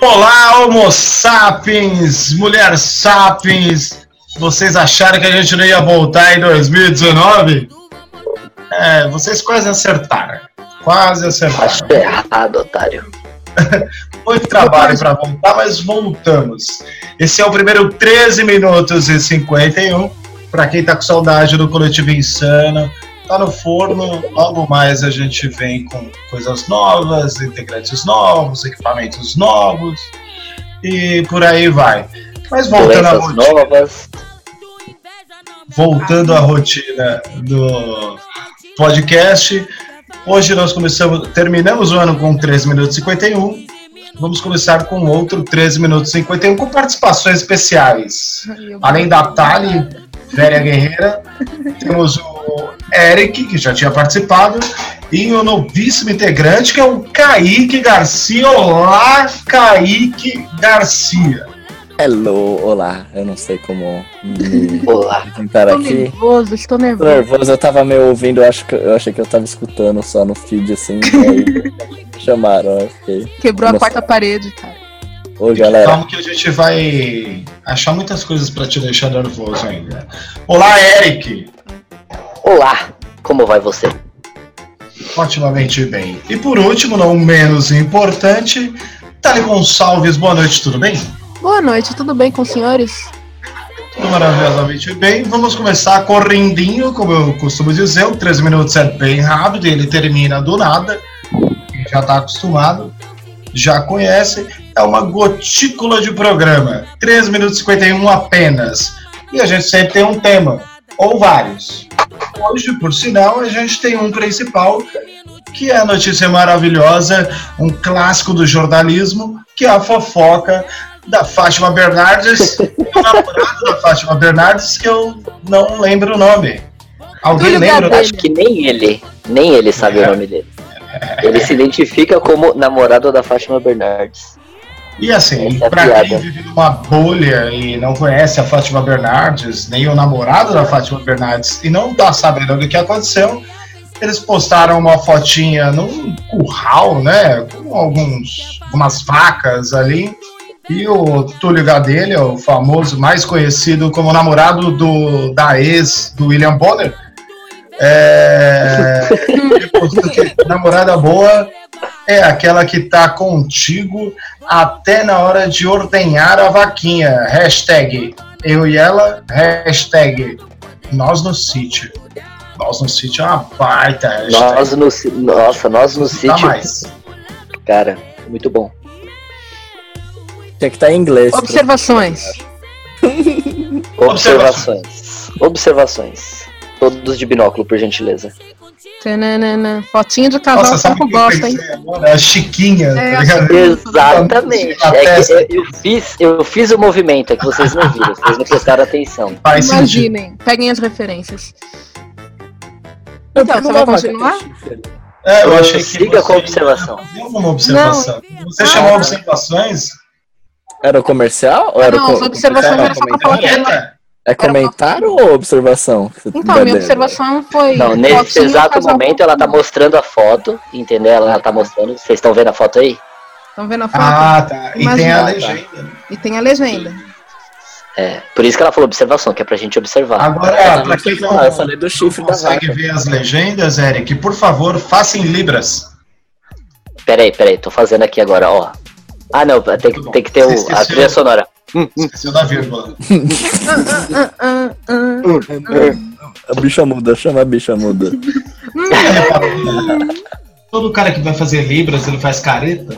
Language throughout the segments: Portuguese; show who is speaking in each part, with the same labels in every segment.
Speaker 1: Olá, Homo sapiens, mulher sapiens. Vocês acharam que a gente não ia voltar em 2019? É, vocês quase acertaram. Quase acertaram.
Speaker 2: Acho errado, otário.
Speaker 1: Muito trabalho para voltar, mas voltamos. Esse é o primeiro 13 minutos e 51. Para quem tá com saudade do Coletivo Insano, tá no forno. Logo mais a gente vem com coisas novas, integrantes novos, equipamentos novos e por aí vai. Mas voltando à
Speaker 2: Doenças
Speaker 1: rotina,
Speaker 2: novas.
Speaker 1: voltando à rotina do podcast. Hoje nós começamos, terminamos o ano com 13 minutos e 51. Vamos começar com outro 13 minutos e 51 com participações especiais. Além da Tali, velha guerreira, temos o Eric, que já tinha participado, e o novíssimo integrante, que é o Kaique Garcia. Olá, Kaique Garcia.
Speaker 3: Hello, olá. Eu não sei como me
Speaker 2: Olá.
Speaker 3: apresentar
Speaker 4: Estou
Speaker 3: aqui.
Speaker 4: nervoso, estou
Speaker 3: Tô
Speaker 4: nervoso.
Speaker 3: nervoso, eu tava meio ouvindo, eu, acho que, eu achei que eu tava escutando só no feed assim. e aí me chamaram, eu fiquei.
Speaker 4: Quebrou a
Speaker 3: Nossa.
Speaker 4: quarta parede, tá? cara.
Speaker 3: Ô galera,
Speaker 1: Calma que a gente vai achar muitas coisas pra te deixar nervoso ainda. Olá, Eric!
Speaker 2: Olá. Como vai você?
Speaker 1: Otimamente bem. E por último, não menos importante, Tali Gonçalves, boa noite, tudo bem?
Speaker 4: Boa noite, tudo bem com os senhores?
Speaker 1: Tudo maravilhosamente bem. Vamos começar correndinho, como eu costumo dizer, o 13 minutos é bem rápido, ele termina do nada. Quem já tá acostumado, já conhece. É uma gotícula de programa. 13 minutos e 51 apenas. E a gente sempre tem um tema, ou vários. Hoje, por sinal, a gente tem um principal, que é a notícia maravilhosa, um clássico do jornalismo, que é a fofoca da Fátima Bernardes o namorado da Fátima Bernardes que eu não lembro o nome. Alguém
Speaker 4: Túlio
Speaker 1: lembra?
Speaker 4: Gadelha.
Speaker 2: Acho que nem ele, nem ele
Speaker 1: É.
Speaker 2: sabe o nome dele. Ele se identifica como namorado da Fátima Bernardes.
Speaker 1: E assim,
Speaker 2: Essa é
Speaker 1: pra
Speaker 2: piada.
Speaker 1: quem vive numa bolha e não conhece a Fátima Bernardes, nem o namorado da Fátima Bernardes, e não tá sabendo do que aconteceu, eles postaram uma fotinha num curral, né? Com alguns, algumas vacas ali. E o Túlio Gadelha, o famoso, mais conhecido como namorado do, da ex do William Bonner, é, ele postou que namorada boa é aquela que tá contigo até na hora de ordenhar a vaquinha. Hashtag eu e ela, hashtag nós no sítio. Nós no sítio é uma baita hashtag.
Speaker 2: Nós no, si- nossa, nós no
Speaker 1: Tá
Speaker 2: sítio.
Speaker 1: mais.
Speaker 2: Cara, muito bom.
Speaker 3: tinha que estar em inglês.
Speaker 4: Observações.
Speaker 2: Observações. Observações. Todos de binóculo, por gentileza.
Speaker 4: Tananana. Fotinho de casal
Speaker 1: Nossa, sabe
Speaker 4: com
Speaker 1: o que eu
Speaker 4: gosta, hein?
Speaker 1: pensei agora? A Chiquinha,
Speaker 4: É,
Speaker 1: tá ligado?
Speaker 2: Exatamente.
Speaker 1: Na
Speaker 2: É que
Speaker 1: testa.
Speaker 2: eu, eu fiz, eu fiz o movimento, é que vocês não viram, vocês não prestaram atenção.
Speaker 1: Faz sentido.
Speaker 4: Imaginem, peguem as referências. Então, você vai continuar?
Speaker 1: É, eu achei que
Speaker 2: Então, Siga com a
Speaker 1: você
Speaker 2: observação.
Speaker 1: fazia alguma observação. Você
Speaker 4: Ah,
Speaker 1: chamou
Speaker 3: não.
Speaker 1: observações? Tá,
Speaker 3: Era o comercial? Ou era
Speaker 4: Não,
Speaker 3: o co-
Speaker 4: as observações
Speaker 3: comentário?
Speaker 4: era só pra
Speaker 3: Comentário?
Speaker 4: falar que era-
Speaker 1: Vinheta.
Speaker 3: É comentário ou observação?
Speaker 4: Então, minha
Speaker 3: Gadelha.
Speaker 4: observação foi.
Speaker 2: Não, nesse
Speaker 4: fotinho de
Speaker 2: exato
Speaker 4: casal com-
Speaker 2: momento ela tá mostrando a foto, entendeu? Ela, ela tá mostrando. Vocês estão vendo a foto aí?
Speaker 4: Estão vendo a foto?
Speaker 1: Ah, tá. E tem a
Speaker 4: Imagina.
Speaker 1: legenda.
Speaker 4: E tem a legenda.
Speaker 2: É. Por isso que ela falou observação, que é pra gente observar.
Speaker 1: Agora,
Speaker 2: Tá.
Speaker 3: Ah,
Speaker 1: pra quem não
Speaker 3: ah, eu falei do chifre da
Speaker 1: consegue
Speaker 3: vaca.
Speaker 1: ver as legendas, Eric, por favor, faça em Libras.
Speaker 2: Peraí, peraí, tô fazendo aqui agora, ó. Ah, não, tem, que- tem que ter o, a trilha sonora.
Speaker 1: Esqueceu da vírgula.
Speaker 4: Ah, ah, ah.
Speaker 3: A bicha muda, chama a bicha muda.
Speaker 1: Todo cara que vai fazer Libras, ele faz careta?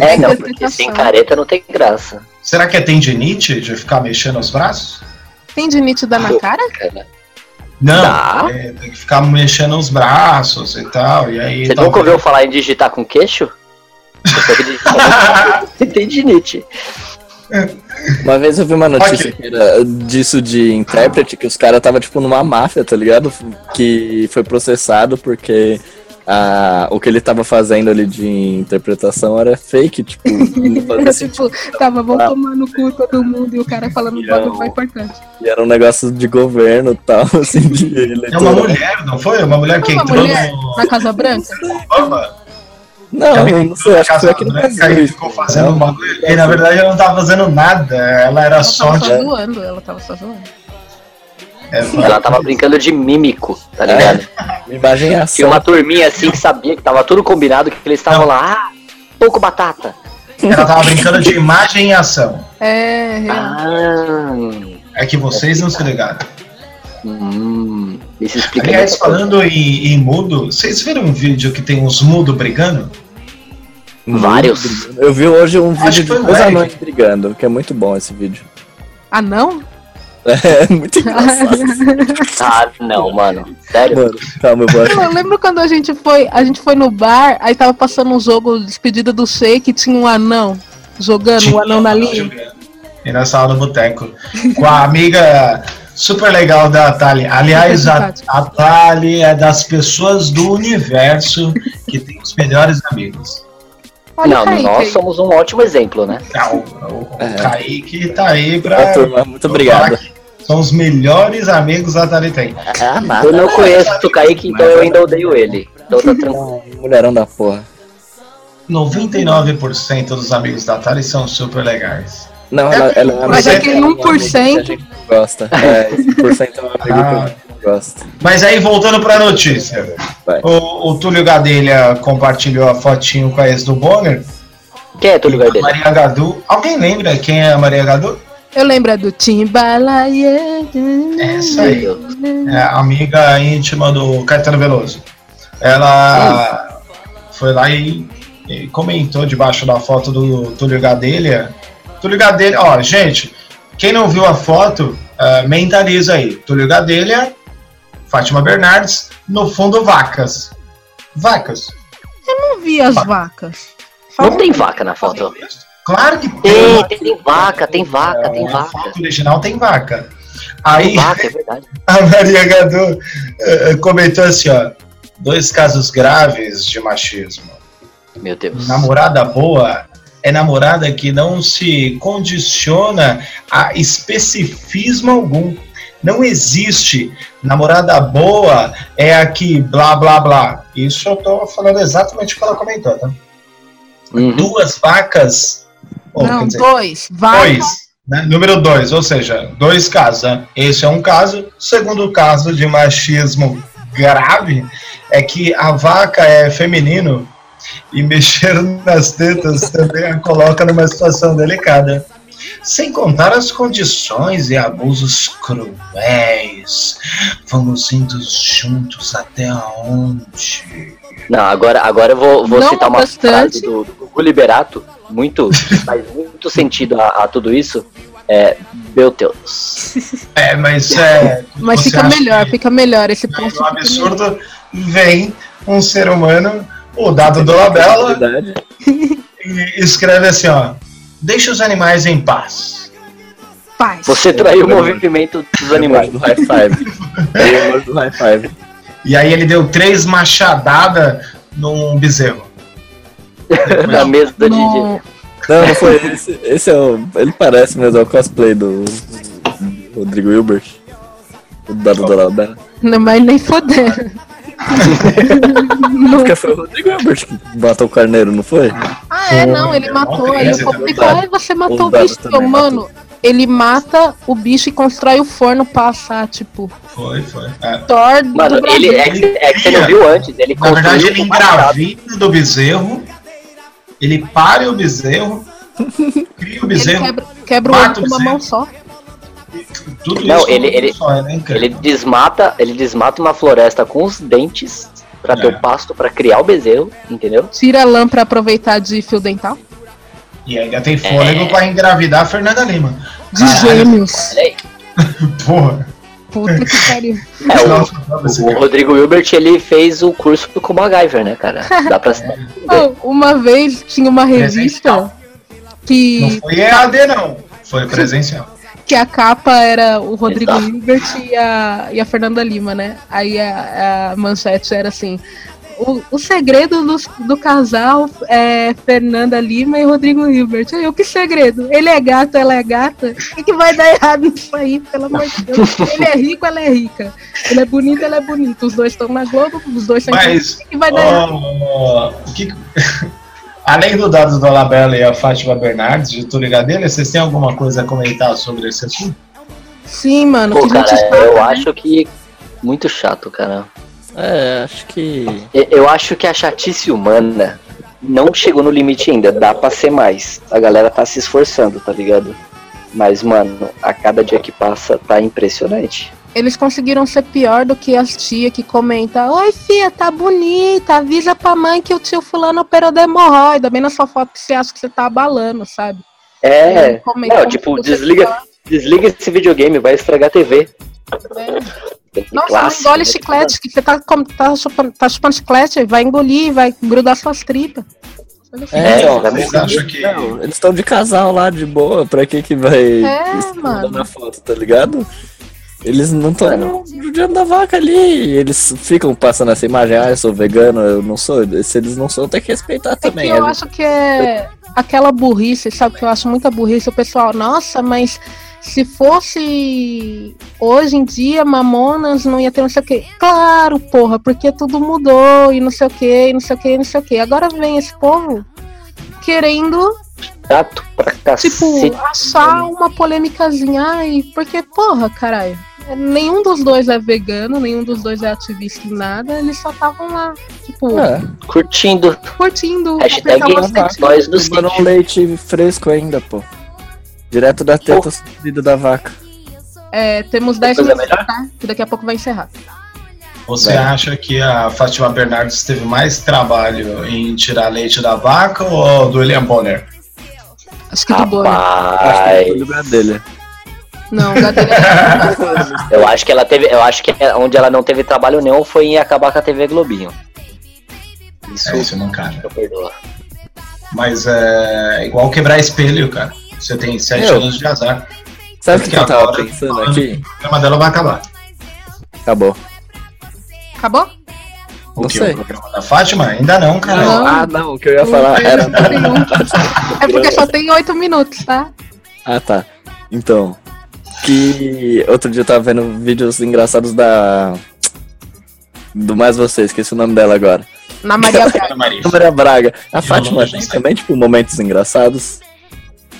Speaker 2: É, não, porque sem careta não tem graça.
Speaker 1: Será que é tendinite de ficar mexendo os braços?
Speaker 4: Tem de nítida na cara?
Speaker 2: Cara.
Speaker 1: Não,
Speaker 2: Dá.
Speaker 1: é, tem que ficar mexendo os braços e tal, e aí...
Speaker 2: Você
Speaker 4: Então
Speaker 1: tal-
Speaker 2: nunca ouviu
Speaker 4: tá.
Speaker 2: falar em digitar com queixo? Você tem que digitar. Tendinite.
Speaker 3: Uma vez eu vi uma notícia
Speaker 1: Ok.
Speaker 3: que era disso de intérprete, que os caras tava tipo numa máfia, tá ligado? Que foi processado porque ah, o que ele tava fazendo ali de interpretação era fake, tipo, não fazia sentido.
Speaker 4: Tipo, tava,
Speaker 2: Ah.
Speaker 4: vão tomar no cu todo mundo e o cara falando
Speaker 3: Não.
Speaker 4: não é importante.
Speaker 3: E era um negócio de governo e tal, assim, de
Speaker 1: É uma
Speaker 3: eleitor.
Speaker 1: mulher, não foi? Uma mulher que
Speaker 4: Uma
Speaker 1: entrou
Speaker 4: mulher?
Speaker 1: no
Speaker 4: Na Casa Branca?
Speaker 1: Obama?
Speaker 3: Não, não, é sei, acho que foi
Speaker 1: casado,
Speaker 3: aqui no
Speaker 1: né? Que aí
Speaker 3: Brasil.
Speaker 1: ficou fazendo um bagulho. E na verdade ela não tava fazendo nada. Ela era
Speaker 4: Ela
Speaker 1: só.
Speaker 4: tava
Speaker 1: de-
Speaker 4: só zoando, ela tava só zoando.
Speaker 1: é,
Speaker 2: Ela tava brincando de mímico,
Speaker 4: É,
Speaker 2: tá ligado?
Speaker 3: Uma Imagem é
Speaker 2: Tinha
Speaker 3: ação.
Speaker 2: uma turminha assim que sabia que tava tudo combinado, que eles estavam lá, ah, pouco batata.
Speaker 1: ela tava brincando de imagem e ação.
Speaker 4: É, real.
Speaker 2: Ah,
Speaker 1: É que vocês não se ligaram.
Speaker 2: hum, isso explica
Speaker 1: Aliás,
Speaker 2: muita coisa.
Speaker 1: falando em, em mudo, vocês viram um vídeo que tem uns mudo brigando?
Speaker 2: Hum. Vários.
Speaker 3: Eu vi hoje um
Speaker 1: Acho que
Speaker 3: vídeo de
Speaker 1: foi um
Speaker 3: dois
Speaker 1: live.
Speaker 3: anões brigando, que é muito bom esse vídeo.
Speaker 4: Ah, não?
Speaker 3: É muito engraçado.
Speaker 2: Ah, não, mano. Sério?
Speaker 3: Mano, calma, eu vou achar.
Speaker 4: Eu lembro quando a gente foi, a gente foi no bar, aí tava passando um jogo de despedida do Sheik e tinha um anão jogando, um anão na linha.
Speaker 1: Tipo, E na sala do boteco. Com a amiga super legal da Thali. Aliás, a, a Thali é das pessoas do universo que tem os melhores amigos.
Speaker 4: Olha
Speaker 2: não,
Speaker 4: o Kaique
Speaker 2: nós
Speaker 4: aí.
Speaker 2: somos um ótimo exemplo, né?
Speaker 1: Ah, o, o
Speaker 3: É.
Speaker 1: Kaique tá aí pra.
Speaker 3: Ó, turma, muito
Speaker 1: pra
Speaker 3: obrigado.
Speaker 1: falar que São os melhores amigos da Thali tem.
Speaker 2: Ah, nada. Eu não conheço o Kaique, então eu ainda odeio ele. Então tá tranquilo.
Speaker 3: Ah, Mulherão da porra.
Speaker 1: 99% dos amigos da Thali são super legais.
Speaker 3: Não, ela, ela é
Speaker 1: Mas
Speaker 3: amiga-
Speaker 1: aquele
Speaker 3: ela é uma
Speaker 4: 1%.
Speaker 3: amiga que a gente gosta. É, esse por cento é uma amiga que a gente gosta.
Speaker 1: Mas aí, voltando pra notícia.
Speaker 3: Vai.
Speaker 1: O, o Túlio Gadelha compartilhou a fotinho com a ex do Bonner.
Speaker 2: Quem é Túlio
Speaker 1: A
Speaker 2: Gadelha?
Speaker 1: Maria Gadu. Alguém lembra quem é a Maria Gadu?
Speaker 4: Eu lembro do Timbalaye.
Speaker 1: Essa
Speaker 2: Meu
Speaker 1: aí.
Speaker 2: Deus.
Speaker 1: É a amiga íntima do Caetano Veloso. Ela foi lá e, e comentou debaixo da foto do Túlio Gadelha. Túlio Gadelha, ó, gente, quem não viu a foto, ah, mentaliza aí. Túlio Gadelha, Fátima Bernardes, no fundo, vacas. Vacas.
Speaker 4: Eu vi as vacas.
Speaker 2: Não tem vaca na foto.
Speaker 1: Claro que tem.
Speaker 2: Tem, tem, tem vaca, tem vaca, tem
Speaker 1: A
Speaker 2: vaca.
Speaker 1: foto original tem vaca.
Speaker 2: Tem
Speaker 1: Aí
Speaker 2: vaca, é verdade.
Speaker 1: a Maria Gadu eh, comentou assim, ó. Dois casos graves de machismo.
Speaker 2: Meu Deus.
Speaker 1: Namorada boa é namorada que não se condiciona a especifismo algum. Não existe. Namorada boa é a que blá blá blá. Isso eu tô falando exatamente o que ela comentou, tá?
Speaker 2: Uhum.
Speaker 1: Duas vacas. ou, quer
Speaker 4: não,
Speaker 1: dizer,
Speaker 4: dois. Vaca.
Speaker 1: Dois. né? Número dois, ou seja, dois casos. né? Esse é um caso. Segundo caso de machismo grave é que a vaca é feminino e mexer nas tetas também a coloca numa situação delicada. Sem contar as condições e abusos cruéis. Vamos indo juntos até onde?
Speaker 2: Não, agora, agora eu vou, vou
Speaker 4: Não
Speaker 2: citar uma
Speaker 4: bastante.
Speaker 2: frase do, do Gugu Liberato, muito, que faz muito sentido a, a tudo isso. É, meu Deus.
Speaker 1: É, mas é.
Speaker 4: Mas
Speaker 1: você
Speaker 4: fica
Speaker 1: acha
Speaker 4: melhor,
Speaker 1: que-
Speaker 4: fica melhor esse ponto.
Speaker 1: um absurdo, vem um ser humano, o dado do Labella,
Speaker 3: é Verdade.
Speaker 1: e escreve assim, ó. Deixa os animais em paz.
Speaker 4: Paz.
Speaker 2: Você traiu o movimento dos animais.
Speaker 3: Do high five. É o emoji do high five.
Speaker 1: E aí ele deu três machadadas num bezerro.
Speaker 2: Na mesa de, de...
Speaker 4: Não,
Speaker 3: Não, não foi esse. Esse é o. Ele parece mesmo, é o cosplay do. do Rodrigo Hilbert. O dado do Laudana.
Speaker 4: não, mas nem foder.
Speaker 3: Porque foi o Rodrigo Hilbert que matou o carneiro, não foi?
Speaker 4: Ah, é, não, ele
Speaker 1: Foi,
Speaker 4: matou.
Speaker 1: ontem,
Speaker 4: Aí
Speaker 1: esse
Speaker 4: o povo
Speaker 1: também
Speaker 4: ficou,
Speaker 3: matou.
Speaker 4: "Ai, você
Speaker 3: O
Speaker 4: matou o
Speaker 3: Dado
Speaker 4: bicho.
Speaker 3: também
Speaker 4: Mano, ele mata o bicho e constrói o forno pra assar, tipo,
Speaker 1: Foi, foi. É.
Speaker 4: Thor do
Speaker 2: Mano,
Speaker 4: Brasil.
Speaker 2: ele, é, que- é que você não viu antes, ele
Speaker 1: Na verdade, ele é
Speaker 2: construiu um com machado.
Speaker 1: engravida do bezerro, ele para o bezerro, cria o
Speaker 4: Ele
Speaker 1: bezerro,
Speaker 4: quebra, quebra o
Speaker 1: Mata
Speaker 4: olho com
Speaker 1: o
Speaker 4: uma
Speaker 1: bezerro.
Speaker 4: mão só.
Speaker 1: tudo
Speaker 2: Não,
Speaker 1: isso.
Speaker 2: ele-
Speaker 1: num
Speaker 2: ele-
Speaker 1: só, né, cara?
Speaker 2: Ele desmata, ele desmata uma floresta com os dentes pra ter
Speaker 1: É.
Speaker 2: o pasto pra criar o bezerro, entendeu?
Speaker 4: Tira a lã pra aproveitar de fio dental.
Speaker 1: E ainda tem fôlego pra engravidar a Fernanda Lima.
Speaker 4: De
Speaker 1: Caralho.
Speaker 4: gêmeos.
Speaker 2: Olha aí.
Speaker 1: Porra.
Speaker 4: Puta que pariu.
Speaker 2: É, o,
Speaker 1: Nossa, esse
Speaker 2: o Rodrigo Hilbert, ele fez o curso com o MacGyver, né, cara? Dá pra
Speaker 4: Ô, uma vez tinha uma revista
Speaker 1: Presencial. Não
Speaker 4: que,
Speaker 1: foi EAD, não. Foi presencial.
Speaker 4: que a capa era o Rodrigo
Speaker 2: Exato.
Speaker 4: Hilbert e a, e a Fernanda Lima, né? Aí a, a manchete era assim: o, o segredo dos- do casal é Fernanda Lima e Rodrigo Hilbert. Aí eu, que segredo? Ele é gato, ela é gata. O que, que vai dar errado nisso aí, pelo amor de Deus? Ele é rico, ela é rica. Ele é bonito, ela é bonita. Os dois estão na Globo, os dois são
Speaker 1: Mas,
Speaker 4: O que vai dar errado?
Speaker 1: ó, o que... além do dado do Alabella e a Fátima Bernardes, de Túlio Gadelha, vocês têm alguma coisa a comentar sobre esse assunto?
Speaker 4: Sim, mano.
Speaker 2: Pô,
Speaker 4: que gente
Speaker 2: cara, é
Speaker 4: chata,
Speaker 2: eu
Speaker 4: né?
Speaker 2: acho que. Muito chato, cara.
Speaker 3: É, acho que.
Speaker 2: E- Eu acho que a chatice humana não chegou no limite ainda. Dá pra ser mais. A galera tá se esforçando, tá ligado? Mas, mano, a cada dia que passa tá impressionante.
Speaker 4: Eles conseguiram ser pior do que as tia que comenta Oi, fia, tá bonita, avisa pra mãe que o tio fulano operou da hemorroida. Bem na sua foto que você acha que você tá abalando, sabe?
Speaker 2: É.
Speaker 4: Ele comenta
Speaker 2: Não,
Speaker 4: como
Speaker 2: tipo,
Speaker 4: você
Speaker 2: desliga,
Speaker 4: tá,
Speaker 2: desliga esse videogame, vai estragar a TV.
Speaker 4: né?
Speaker 2: Tem
Speaker 4: Nossa,
Speaker 2: clássico,
Speaker 4: não engole
Speaker 2: né?
Speaker 4: chiclete, que você tá, com- tá, chupando, tá chupando chiclete, vai engolir, vai grudar suas tripas. Olha assim.
Speaker 3: É, ó,
Speaker 2: tá
Speaker 1: Vocês
Speaker 2: bom.
Speaker 1: acham Então, que.
Speaker 3: Não, eles estão de casal lá de boa, pra que que vai
Speaker 4: É,
Speaker 3: esconder
Speaker 4: mano.
Speaker 3: na foto, tá ligado? Eles não estão
Speaker 2: Mano.
Speaker 3: judiando da vaca ali, eles ficam passando essa imagem, ah, eu sou vegano, eu não sou, se eles não são, tem que respeitar
Speaker 4: É
Speaker 3: também.
Speaker 4: que eu acho que é aquela burrice, sabe? Que eu acho muita burrice. O pessoal, nossa, mas se fosse hoje em dia, Mamonas não ia ter não sei o quê. Claro, porra, porque tudo mudou e não sei o quê, e não sei o quê, e não sei o quê. Agora vem esse povo querendo,
Speaker 2: Chato pra cacete.
Speaker 4: tipo, achar uma polêmicazinha. Ai, porque, porra, caralho. Nenhum dos dois é vegano, nenhum dos dois é ativista em nada, eles só estavam lá, tipo,
Speaker 3: É,
Speaker 2: Curtindo.
Speaker 4: curtindo.
Speaker 2: Hashtag é
Speaker 4: apertar umas
Speaker 2: nós
Speaker 3: nós
Speaker 2: do
Speaker 3: tomando
Speaker 2: sítio.
Speaker 3: um leite fresco ainda, pô. Direto da teta subida da vaca.
Speaker 4: É, temos 10
Speaker 2: Coisa
Speaker 4: minutos, tá? Que daqui a pouco vai encerrar.
Speaker 1: Você
Speaker 3: É.
Speaker 1: acha que a Fátima Bernardes teve mais trabalho em tirar leite da vaca ou do William Bonner?
Speaker 4: Acho que do Bonner.
Speaker 3: Acho que é
Speaker 2: Rapaz.
Speaker 3: foi o lugar dele.
Speaker 4: Não, Gadelha.
Speaker 2: Eu acho que ela teve. Eu acho que onde ela não teve trabalho nenhum foi em acabar com a TV Globinho. Isso
Speaker 1: É isso, não, cara.
Speaker 2: eu perdoo.
Speaker 1: Mas é igual quebrar espelho, cara. Você tem sete
Speaker 3: Eu.
Speaker 1: anos de azar.
Speaker 3: Sabe o que,
Speaker 1: Porque
Speaker 3: eu tava
Speaker 1: agora-
Speaker 3: pensando aqui?
Speaker 1: O programa dela vai acabar.
Speaker 3: Acabou.
Speaker 4: Acabou?
Speaker 1: O
Speaker 3: Não
Speaker 1: que?
Speaker 3: sei.
Speaker 1: O programa da Fátima? Ainda não, cara.
Speaker 4: Não.
Speaker 3: Ah, não, o que eu ia falar era.
Speaker 4: É porque só tem 8 minutos, tá?
Speaker 3: Ah, tá. Então, que outro dia eu tava vendo vídeos engraçados da. Do Mais Você, esqueci o nome dela agora.
Speaker 4: Na Maria Braga.
Speaker 1: Ana Maria.
Speaker 3: Câmara Braga. A
Speaker 1: Eu
Speaker 3: Fátima
Speaker 1: não
Speaker 3: tem
Speaker 1: sei.
Speaker 3: também, tipo, momentos engraçados.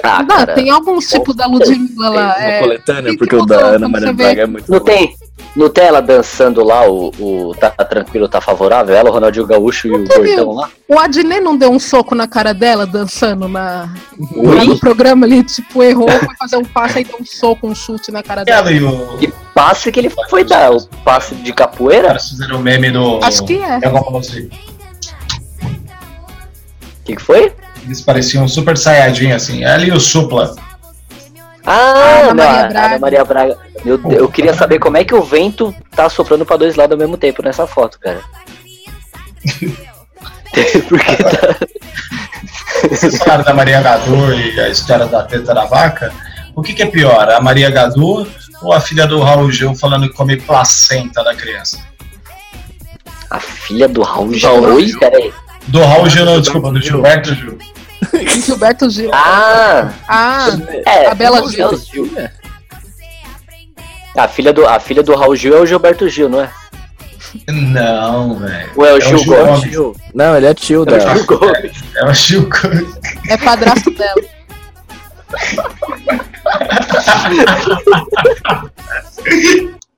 Speaker 2: Ah,
Speaker 4: Não,
Speaker 2: cara.
Speaker 4: tem alguns tipos da Ludmilla lá.
Speaker 3: Uma
Speaker 4: É,
Speaker 3: coletânea,
Speaker 4: que
Speaker 3: porque o
Speaker 4: mudou,
Speaker 3: da Ana
Speaker 4: como
Speaker 3: Maria
Speaker 4: você vê.
Speaker 3: Braga é muito
Speaker 2: Não
Speaker 3: bom.
Speaker 2: tem. Não tem ela dançando lá, o, o Tá Tranquilo, Tá Favorável, ela, o Ronaldinho Gaúcho e o
Speaker 4: Nunca vi.
Speaker 2: Gordão lá?
Speaker 4: o Adnet não deu um soco na cara dela dançando na... lá
Speaker 2: Ui,
Speaker 4: no programa ali, tipo, errou, foi fazer um passe e deu um soco, um chute na cara
Speaker 1: Ela
Speaker 4: dela.
Speaker 1: e o.
Speaker 2: que passe que ele foi dar? O passe de capoeira?
Speaker 1: Eles fizeram o meme do.
Speaker 4: Acho que é.
Speaker 1: Eu vou falar assim.
Speaker 2: O que, que foi?
Speaker 1: Eles pareciam super saiadinho assim. Ela e o Supla.
Speaker 2: Ah,
Speaker 4: Ah,
Speaker 2: Ana
Speaker 4: Ana Maria
Speaker 2: Maria,
Speaker 4: Braga.
Speaker 2: Ana Maria Braga. Meu Deus, eu queria saber como é que o vento tá soprando pra dois lados ao mesmo tempo nessa foto, cara. Porque tá...
Speaker 1: Essa história da Maria Gadu e a história da teta da vaca. O que, que é pior, a Maria Gadu ou a filha do Raul Gil falando que come placenta da criança?
Speaker 2: A filha do Raul
Speaker 1: Raul
Speaker 2: Jaúi,
Speaker 1: Gil.
Speaker 2: peraí.
Speaker 1: Do Raul Gil, não, desculpa, do Gilberto Gil.
Speaker 4: E Gilberto Gil.
Speaker 2: Ah,
Speaker 4: Ah,
Speaker 2: é.
Speaker 4: A Bela
Speaker 2: o
Speaker 4: Gil.
Speaker 2: Gil. A filha, do, a filha do Raul Gil é o Gilberto Gil, não é?
Speaker 1: Não, velho.
Speaker 2: Ou é o
Speaker 1: É o
Speaker 2: Gil
Speaker 1: Gil
Speaker 2: Gomes?
Speaker 1: Gomes.
Speaker 3: Tio. Não, ele é
Speaker 2: É
Speaker 3: tio
Speaker 2: o
Speaker 3: dela.
Speaker 2: Gil Gomes.
Speaker 1: É o Gil Gomes.
Speaker 4: é padrasto dela.